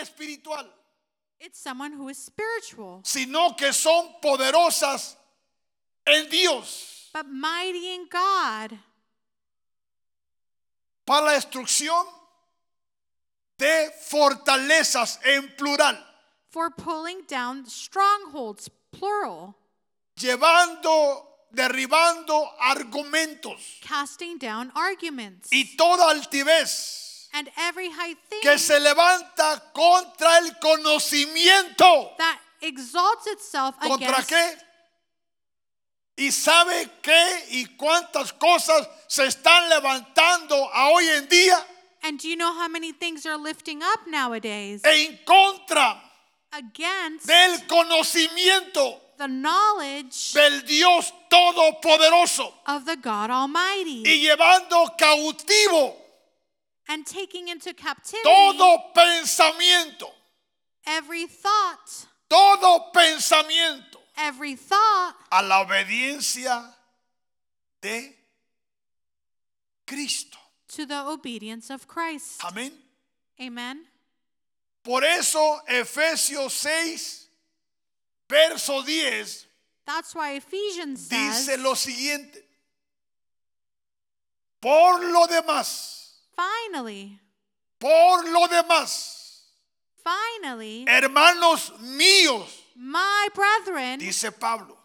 espiritual, It's someone who is spiritual, sino que son poderosas en Dios but mighty in God para la destrucción de fortalezas en plural. for pulling down strongholds, plural, llevando, derribando argumentos casting down arguments, y toda altivez and every high thing que se levanta contra el conocimiento. that exalts itself ¿Contra against qué? Y sabe qué y cuántas cosas se están levantando a hoy en día And do you know how many things are lifting up nowadays? en contra Against del conocimiento the knowledge del Dios Todopoderoso of the God y Almighty llevando cautivo and taking into captivity todo pensamiento every thought, todo pensamiento every thought a la obediencia de Cristo. to the obedience of Christ. Amén. Amen. Por eso Efesios 6, verso 10 That's why Ephesians dice says, lo siguiente. Por lo demás, finally, por lo demás, finally, hermanos míos, my brethren, dice Pablo.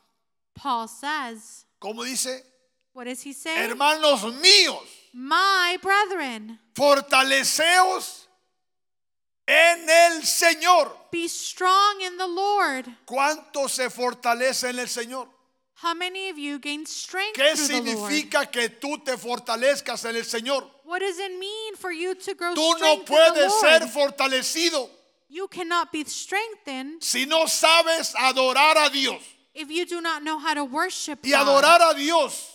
Paul says, ¿Cómo dice? what does he say? Hermanos míos, My brethren, fortaleceos en el Señor. be strong in the Lord. ¿Cuánto se fortalece en el Señor? How many of you gain strength ¿Qué through the Lord? significa que tú te fortalezcas en el Señor? What does it mean for you to grow Tú no strength in the puedes Lord? ser fortalecido you cannot be strengthened si no sabes adorar a Dios. if you do not know how to worship Y God. adorar a Dios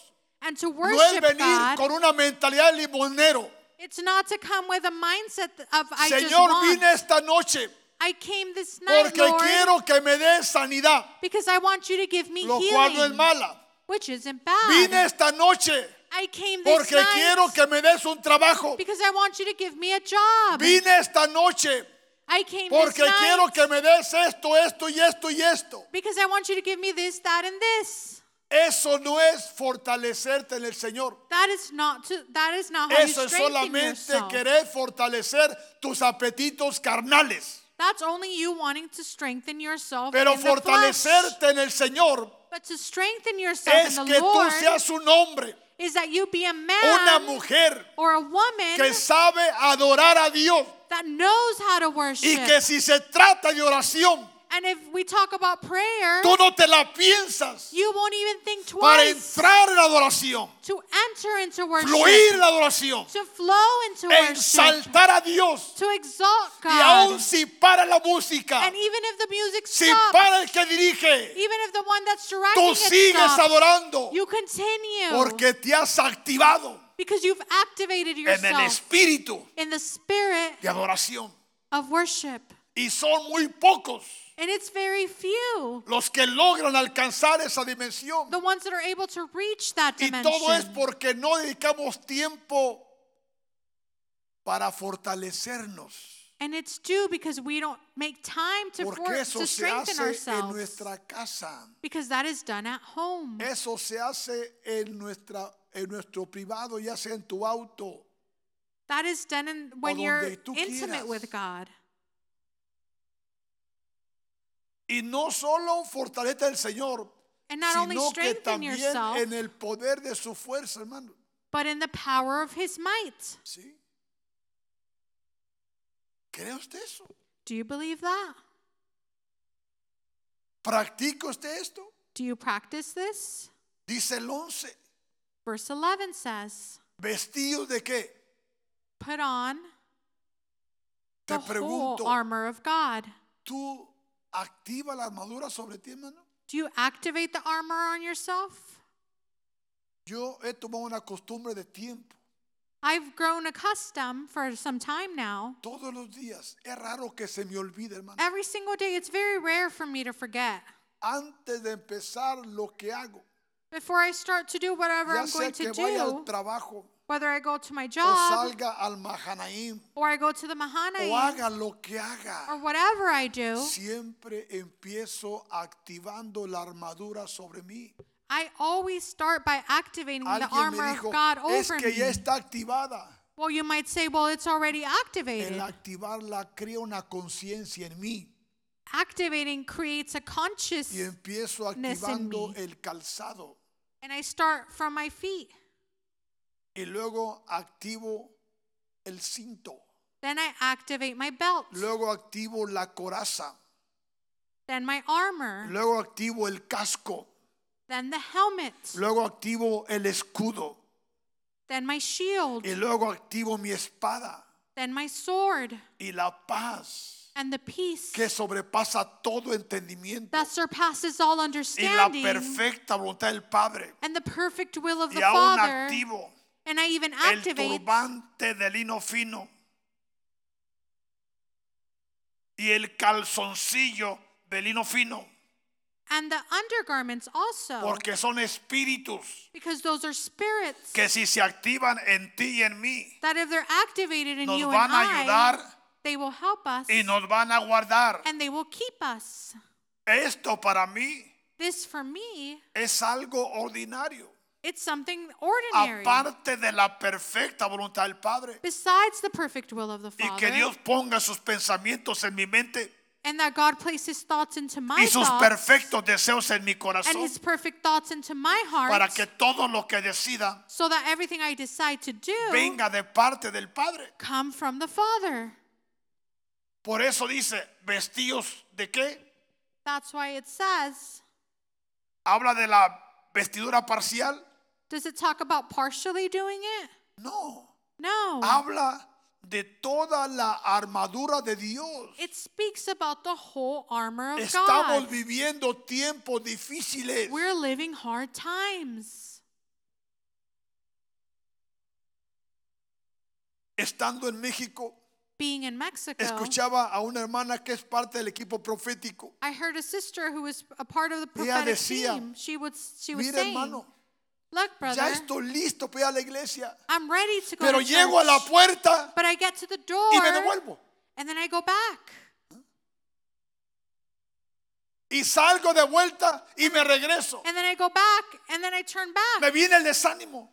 and to no es worship venir God, con una mentalidad de limonero. it's not to come with a mindset of I just Señor, want. vine esta noche I came this night, porque Lord, quiero que me des sanidad, because I want you to give me lo cual no es healing, mala. which isn't bad. Vine esta noche I came this porque night quiero que me des un trabajo. because I want you to give me a job. Vine esta noche I came this Porque night quiero que me des esto, esto y esto y esto. because I want you to give me this, that, and this. Eso no es fortalecerte en el Señor. That is not to, that is not how Eso you es strengthen solamente yourself. querer fortalecer tus apetitos carnales. That's only you wanting to strengthen yourself Pero in the flesh. fortalecerte en el Señor But to strengthen yourself es in que the tú Lord seas un hombre, is that you be a una man mujer or a woman que sabe adorar a Dios that knows how to y worship. que si se trata de oración, and if we talk about prayer, tú no te la piensas you won't even think para twice entrar en la adoración, to enter into worship, fluir en la adoración, to flow into worship, exaltar a Dios. to exalt Y God. aun si para la música, and even if the music si stops, para el que dirige, even if the one that's directing tú it sigues stops, adorando you continue porque te has activado because you've activated en el yourself espíritu in the spirit de adoración. of worship. Y son muy pocos And it's very few los que logran alcanzar esa dimensión. the ones that are able to reach that Y todo es dimension. porque no dedicamos tiempo para fortalecernos. And it's due because we don't make time to, for, Porque to eso se strengthen hace en ourselves. nuestra casa. Because that is done at home. Eso se hace en, nuestra, en nuestro privado, ya sea en tu auto, That is done in, when you're donde tú intimate quieras. with God. Y no solo fortalece el Señor, And not only sino que strengthen también yourself, en el poder de su fuerza, hermano. but in the power of His might. ¿Sí? ¿Cree usted eso? Do you believe that? ¿Practica usted esto? Do you practice this? Dice el 11. Verse 11 says, ¿Vestidos de qué? Put on Te the whole pregunto, armor of God. ¿tú activa la armadura sobre ti, hermano? Do you activate the armor on yourself? Yo he tomado una costumbre de tiempo. I've grown accustomed for some time now. Todos los días. Es raro que se me olvide, hermano. Every single day, it's very rare for me to forget. antes de empezar lo que hago, Before I start to do whatever ya I'm sea going que to vaya al do, trabajo, whether I go to my o job salga al Mahanaim or I go to the o Mahanaim haga lo que haga, or whatever I do, siempre empiezo activando la armadura sobre mí. I always start by activating the Alguien me armor of dijo, God es over que ya me. está activada. Well, you might say, well, it's already El activated. activarla crea una conciencia en mí Activating creates a y conscious, empiezo activando me. el calzado and I start from my feet. y luego activo el cinto, Then I activate my belt, luego activo la coraza, then my armor, luego activo el casco, then the helmet, luego activo el escudo then my shield, y luego activo mi espada then my sword, y la paz and the peace que sobrepasa todo entendimiento that surpasses all y la understanding, perfecta voluntad del Padre and the perfect will of y the aún Father. activo And I even el activate turbante de lino fino y el calzoncillo de lino fino, and the undergarments also, porque son espíritus because those are spirits que si se activan en ti y en mí, that if they're activated in Nos you van and a I, eh. ayudar. they will help us y nos van a guardar. and they will keep us. Esto para mí This for me, es algo ordinario, it's something ordinary. aparte de la perfecta voluntad del Padre, Besides the perfect will of the y que Father, Dios ponga sus pensamientos en mi mente and that God places thoughts into my y sus thoughts perfectos deseos en mi and corazón, His perfect thoughts into my heart, para que todo lo que decida so that everything I decide to do venga de parte del Padre. come from the Father. Por eso dice, vestidos de qué? That's why it says, ¿Habla de la vestidura parcial? does it talk about partially doing it? No, No. habla de toda la armadura de Dios. It speaks about the whole armor of Estamos God. viviendo tiempos difíciles. We're living hard times. Estando en México, Being in Mexico, escuchaba a una hermana que es parte del equipo profético. I heard a sister who was a part of the Ella prophetic decía, team. She would she was Mira, saying, hermano, "Look, ya brother, estoy listo para ir a la iglesia, I'm ready to go pero to llego a la church, puerta but I get to y the me door devuelvo. and then I go back Y salgo de vuelta y me regreso. and then I go back and then I turn Me back. viene el desánimo,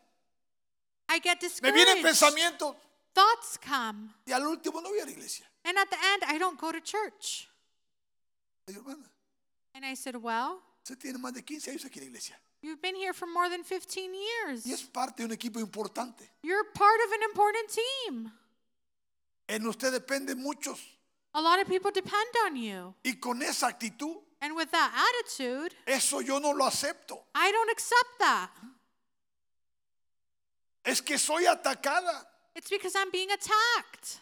I get me vienen discouraged. pensamientos Thoughts come, y al último no voy a la iglesia. and at the end, I don't go to church." Le digo, hermana, And I said, "Well, usted tiene más de 15 años aquí en la iglesia you've been here for more than 15 years." y es parte de un equipo importante. You're part of an important team. En usted dependen muchos A lot of people depend on you. y con esa actitud, And with that attitude, eso yo no lo acepto. I don't accept that. Es que soy atacada. It's because I'm being attacked.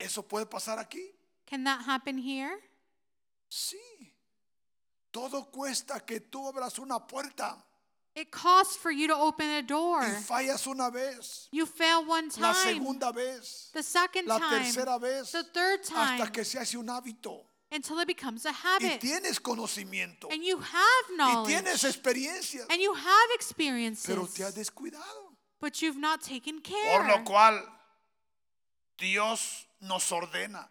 ¿Eso puede pasar aquí? Can that happen here? Sí. Todo cuesta que tú abras una puerta It costs for you to open a door. y fallas una vez, You fail one la time, segunda vez, the second la time, tercera vez, the third time, hasta que se hace un hábito. until it becomes a y habit. tienes conocimiento And you have y knowledge, tienes experiencia, and you have pero te has experiences, descuidado. but you've not taken Por care. lo cual Dios nos ordena,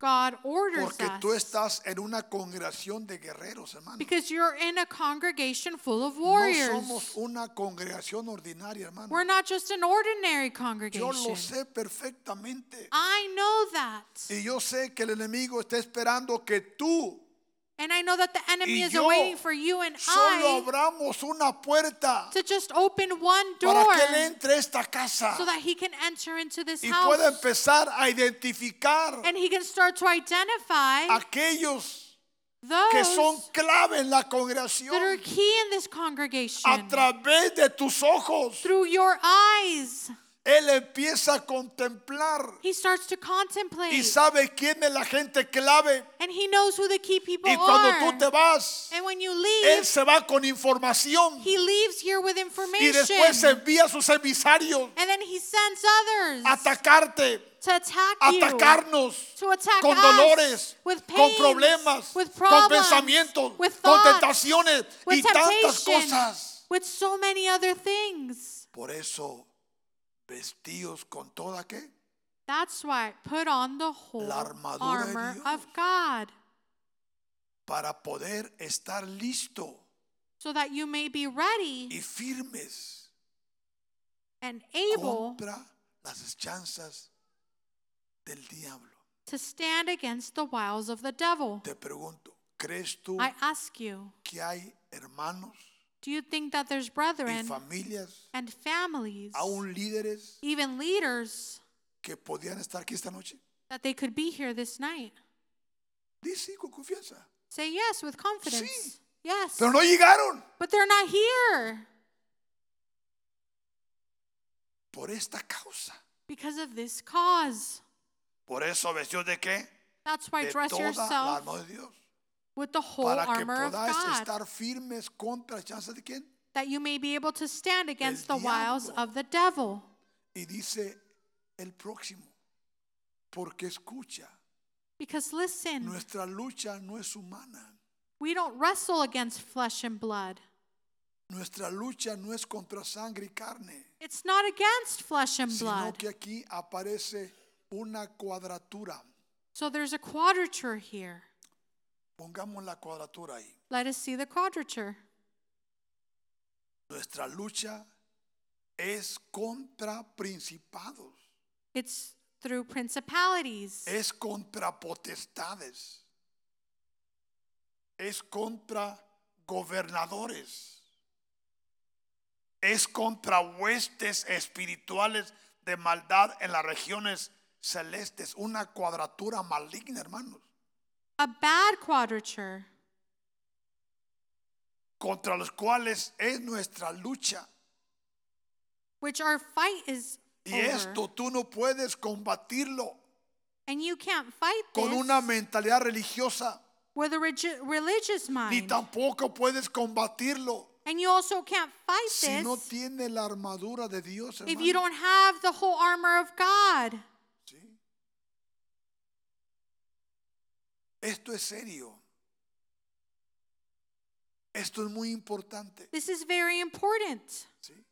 God orders porque tú us. estás en una congregación de guerreros, hermano. Because you're in a congregation full of No warriors. somos una congregación ordinaria, hermano. We're not just an ordinary Yo lo congregation. Ah. sé perfectamente. I know that. Y yo sé que el enemigo está esperando que tú And I know that the enemy Y is yo waiting for you and solo I abramos una puerta to just open one door para que él entre a esta casa so that he can enter into this y pueda house empezar a identificar and he can start to identify aquellos que son those clave en la that are congregación key in this congregation. a través de tus ojos. Through your eyes, Él empieza a contemplar he starts to y contemplate sabe quién es la gente clave. and he knows who the key people Y cuando are. tú te vas, And when you él leave, se va con información he leaves here with y information. después envía a sus emisarios And then he sends others a atacarte. to attack you, atacarnos to attack con us dolores, with con pains, problemas, with con problems, pensamientos, with con thoughts, tentaciones with y tantas temptation, cosas. with so many other things. Por eso, vestíos con toda qué? That's why put on the whole La armadura de armor Dios. of God Para poder estar listo so that you may be ready y firmes and able contra las chanzas del diablo. to stand against the wiles of the devil. Te pregunto, ¿crees tú I ask you, que hay hermanos do you think that there's y brethren familias, and families, aún líderes, even leaders, que podían estar aquí esta noche? that they could be here this night? Dice con confianza. Say yes with confidence. Yes. Pero no llegaron. But they're not here Por esta causa. because of this cause. Por eso vestidos de qué? That's why de dress toda la yourself armadura de Dios. with the whole Para que armor of podáis God, estar firmes contra las chanzas de quién. that you may be able to stand against the del wiles diablo. of the devil. Y dice el próximo. Porque escucha, Because listen, nuestra lucha no es humana. we don't wrestle against flesh and blood. Nuestra lucha no es contra sangre y carne, It's not against flesh and sino blood. que aquí aparece una cuadratura. So there's a quadrature here. Pongamos la cuadratura ahí. Let us see the quadrature. Nuestra lucha es contra principados, It's through principalities. es contra potestades, es contra gobernadores, es contra huestes espirituales de maldad en las regiones celestes, una cuadratura maligna, hermanos, A bad quadrature contra los cuales es nuestra lucha. which our fight is Y over. esto tú no puedes combatirlo And you can't fight con una this mentalidad religiosa. with a regi- religious ni mind. tampoco puedes combatirlo And you also can't fight si no this tiene la armadura de Dios. if hermano. you don't have the whole armor of God. Sí. Esto es serio. Esto es muy importante. This is very important. ¿sí?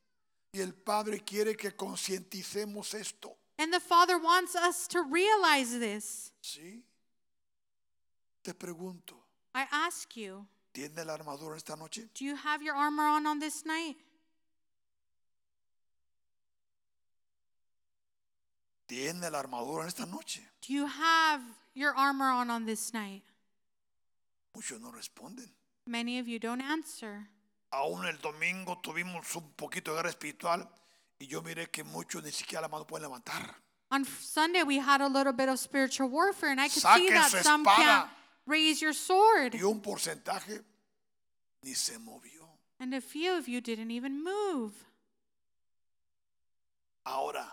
Y el Padre quiere que concienticemos esto. And the Father wants us to realize this. ¿sí? Te pregunto, I ask you, ¿tiene la armadura esta noche? do you have your armor on on this night? ¿Tiene la armadura esta noche? Do you have your armor on on this night? Muchos no responden. Many of you don't answer. Aún el domingo tuvimos un poquito de guerra espiritual y yo miré que muchos ni siquiera la mano pueden levantar. On f- Sunday, we had a little bit of spiritual warfare, and I could see Saquen that su some espada. can't raise your sword. Y un porcentaje ni se movió. And a few of you didn't even move. Ahora,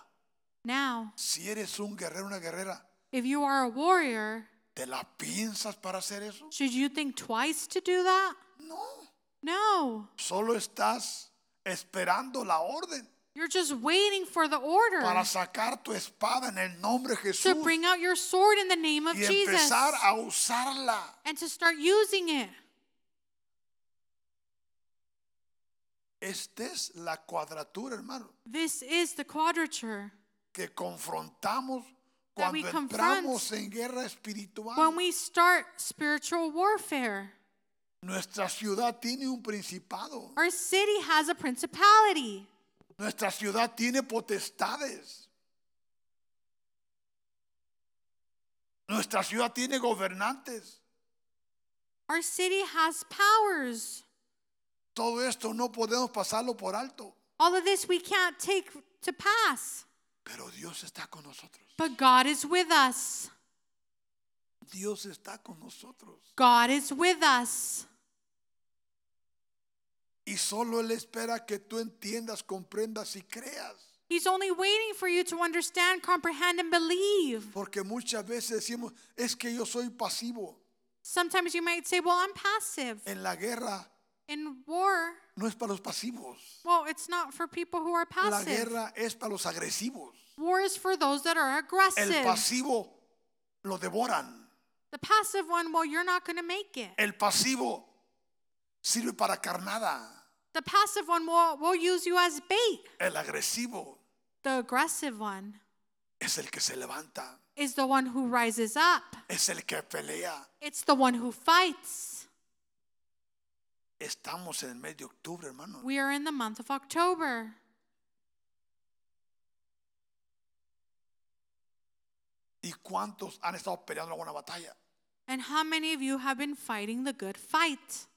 Now, si eres un guerrero, una guerrera, if you are a warrior, ¿te la piensas para hacer eso? should you think twice to do that? No, No. solo estás esperando la orden You're just waiting for the order para sacar tu espada en el nombre de Jesús Ah. to bring out your sword in the name of y Jesus empezar a usarla. and to start using it. Esta es la cuadratura, hermano, This is the quadrature. que confrontamos That we cuando entramos confront en guerra espiritual. When we start spiritual warfare, Nuestra ciudad tiene un principado. our city has a principality. Nuestra ciudad tiene potestades. Nuestra ciudad tiene gobernantes. Our city has powers. Todo esto no podemos pasarlo por alto. All of this we can't take to pass. Pero Dios está con nosotros. But God is with us. Dios está con nosotros. God is with us. Y solo Él espera que tú entiendas, comprendas y creas. He's only waiting for you to understand, comprehend, and believe. Porque muchas veces decimos, es que yo soy pasivo. Sometimes you might say, Well, I'm passive. En la guerra In war, no es para los pasivos. well, it's not for people who are La passive. guerra es para los agresivos. War is for those that are El aggressive. pasivo lo devoran. The passive one, well, you're not going to make it. El pasivo sirve para carnada. The passive one will, will use you as bait. El agresivo The aggressive one es el que se levanta, is the one who rises up, es el que pelea. it's the one who fights. Estamos en el mes de octubre, hermano. We are in the month of October. ¿Y cuántos han estado peleando alguna batalla? And how many of you have been fighting the good fight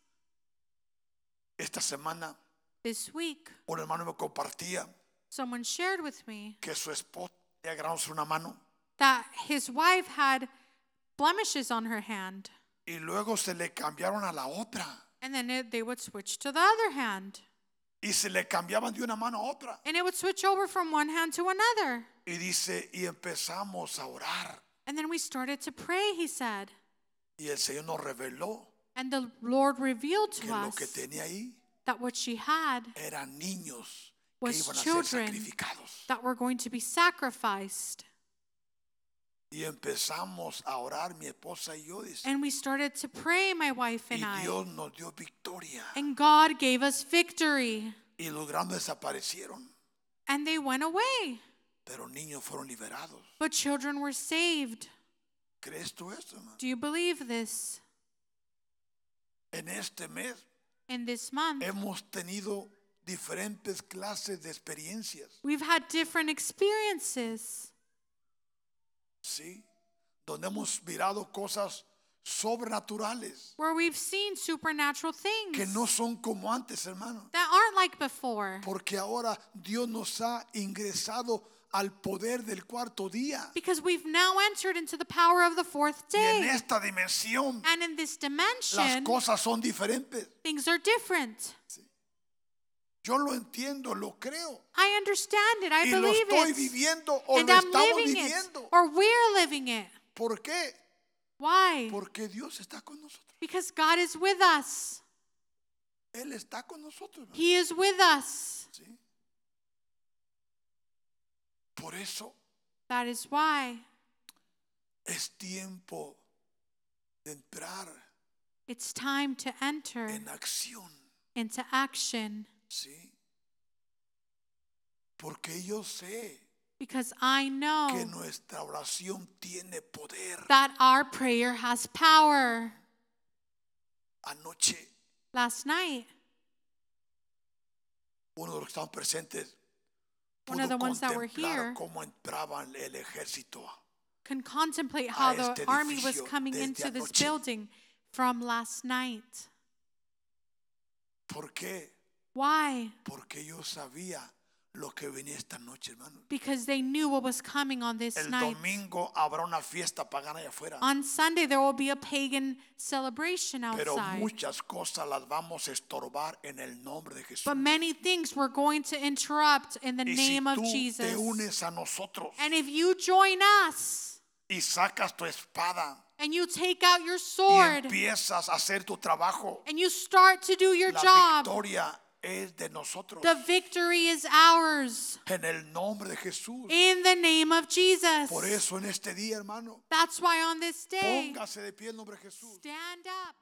Esta semana this week? un hermano me compartía Someone shared with me que su esposa le agarramos una mano that his wife had blemishes on her hand, y luego se le cambiaron a la otra and then it, they would switch to the other hand, y se le cambiaban de una mano a otra. and it would switch over from one hand to another. Y dice, y empezamos a orar And then we started to pray, he said. y el Señor nos reveló And the Lord revealed que to lo us que tenía ahí that what she had eran niños que was iban a ser children. sacrificados. that were going to be sacrificed. Y empezamos a orar mi esposa y yo, dice, And we started to pray, my wife y and I. Dios nos dio victoria. And God gave us victory. Y los grandes desaparecieron, And they went away. pero niños fueron liberados. But children were saved. ¿Crees tú esto, hermano? Do you believe this? En este mes In this month, hemos tenido diferentes clases de experiencias, we've had different experiences ¿sí? Donde hemos mirado cosas sobrenaturales where we've seen supernatural que things no son como antes, hermano. that aren't like before. Porque ahora Dios nos ha ingresado al poder del cuarto día. Because we've now entered into the power of the fourth Y en day. esta dimensión And in this las dimension, cosas son diferentes. things are different. Yo lo entiendo, lo creo. I understand it. I Y lo believe estoy it. viviendo o And lo I'm estamos living it. viviendo. Or we're living it. ¿Por qué? Why? Porque Dios está con nosotros. Because God is with us. Él está con nosotros. hermano. He is with us. ¿Sí? Por eso That is why es tiempo de entrar it's time to enter en acción. into action. ¿Sí? Porque yo sé Because I que know nuestra oración tiene poder. that our prayer has power. Anoche, Last night, uno de los que estaban presentes One of pudo the ones that were contemplar here cómo entraba el ejército. can contemplate how the Ah, este army was edificio coming desde into this anoche. building from last night. ¿Por qué? Why? Porque yo sabía lo que venía esta noche, hermano. Because they knew what was coming on this El night. domingo habrá una fiesta pagana allá afuera. On Sunday, there will be a pagan celebration Pero outside. muchas cosas las vamos a estorbar en el nombre de Jesús. But many things we're going to interrupt in the Y si name of tú Jesus. te unes a nosotros And if you join us y sacas tu espada and you take out your y sword empiezas a hacer tu trabajo, and you start to do your la job, victoria es de nosotros. the victory is ours En el nombre de Jesús. in the name of Jesus. Por eso en este día, hermano, That's why on this day, póngase de pie en nombre de Jesús. stand up.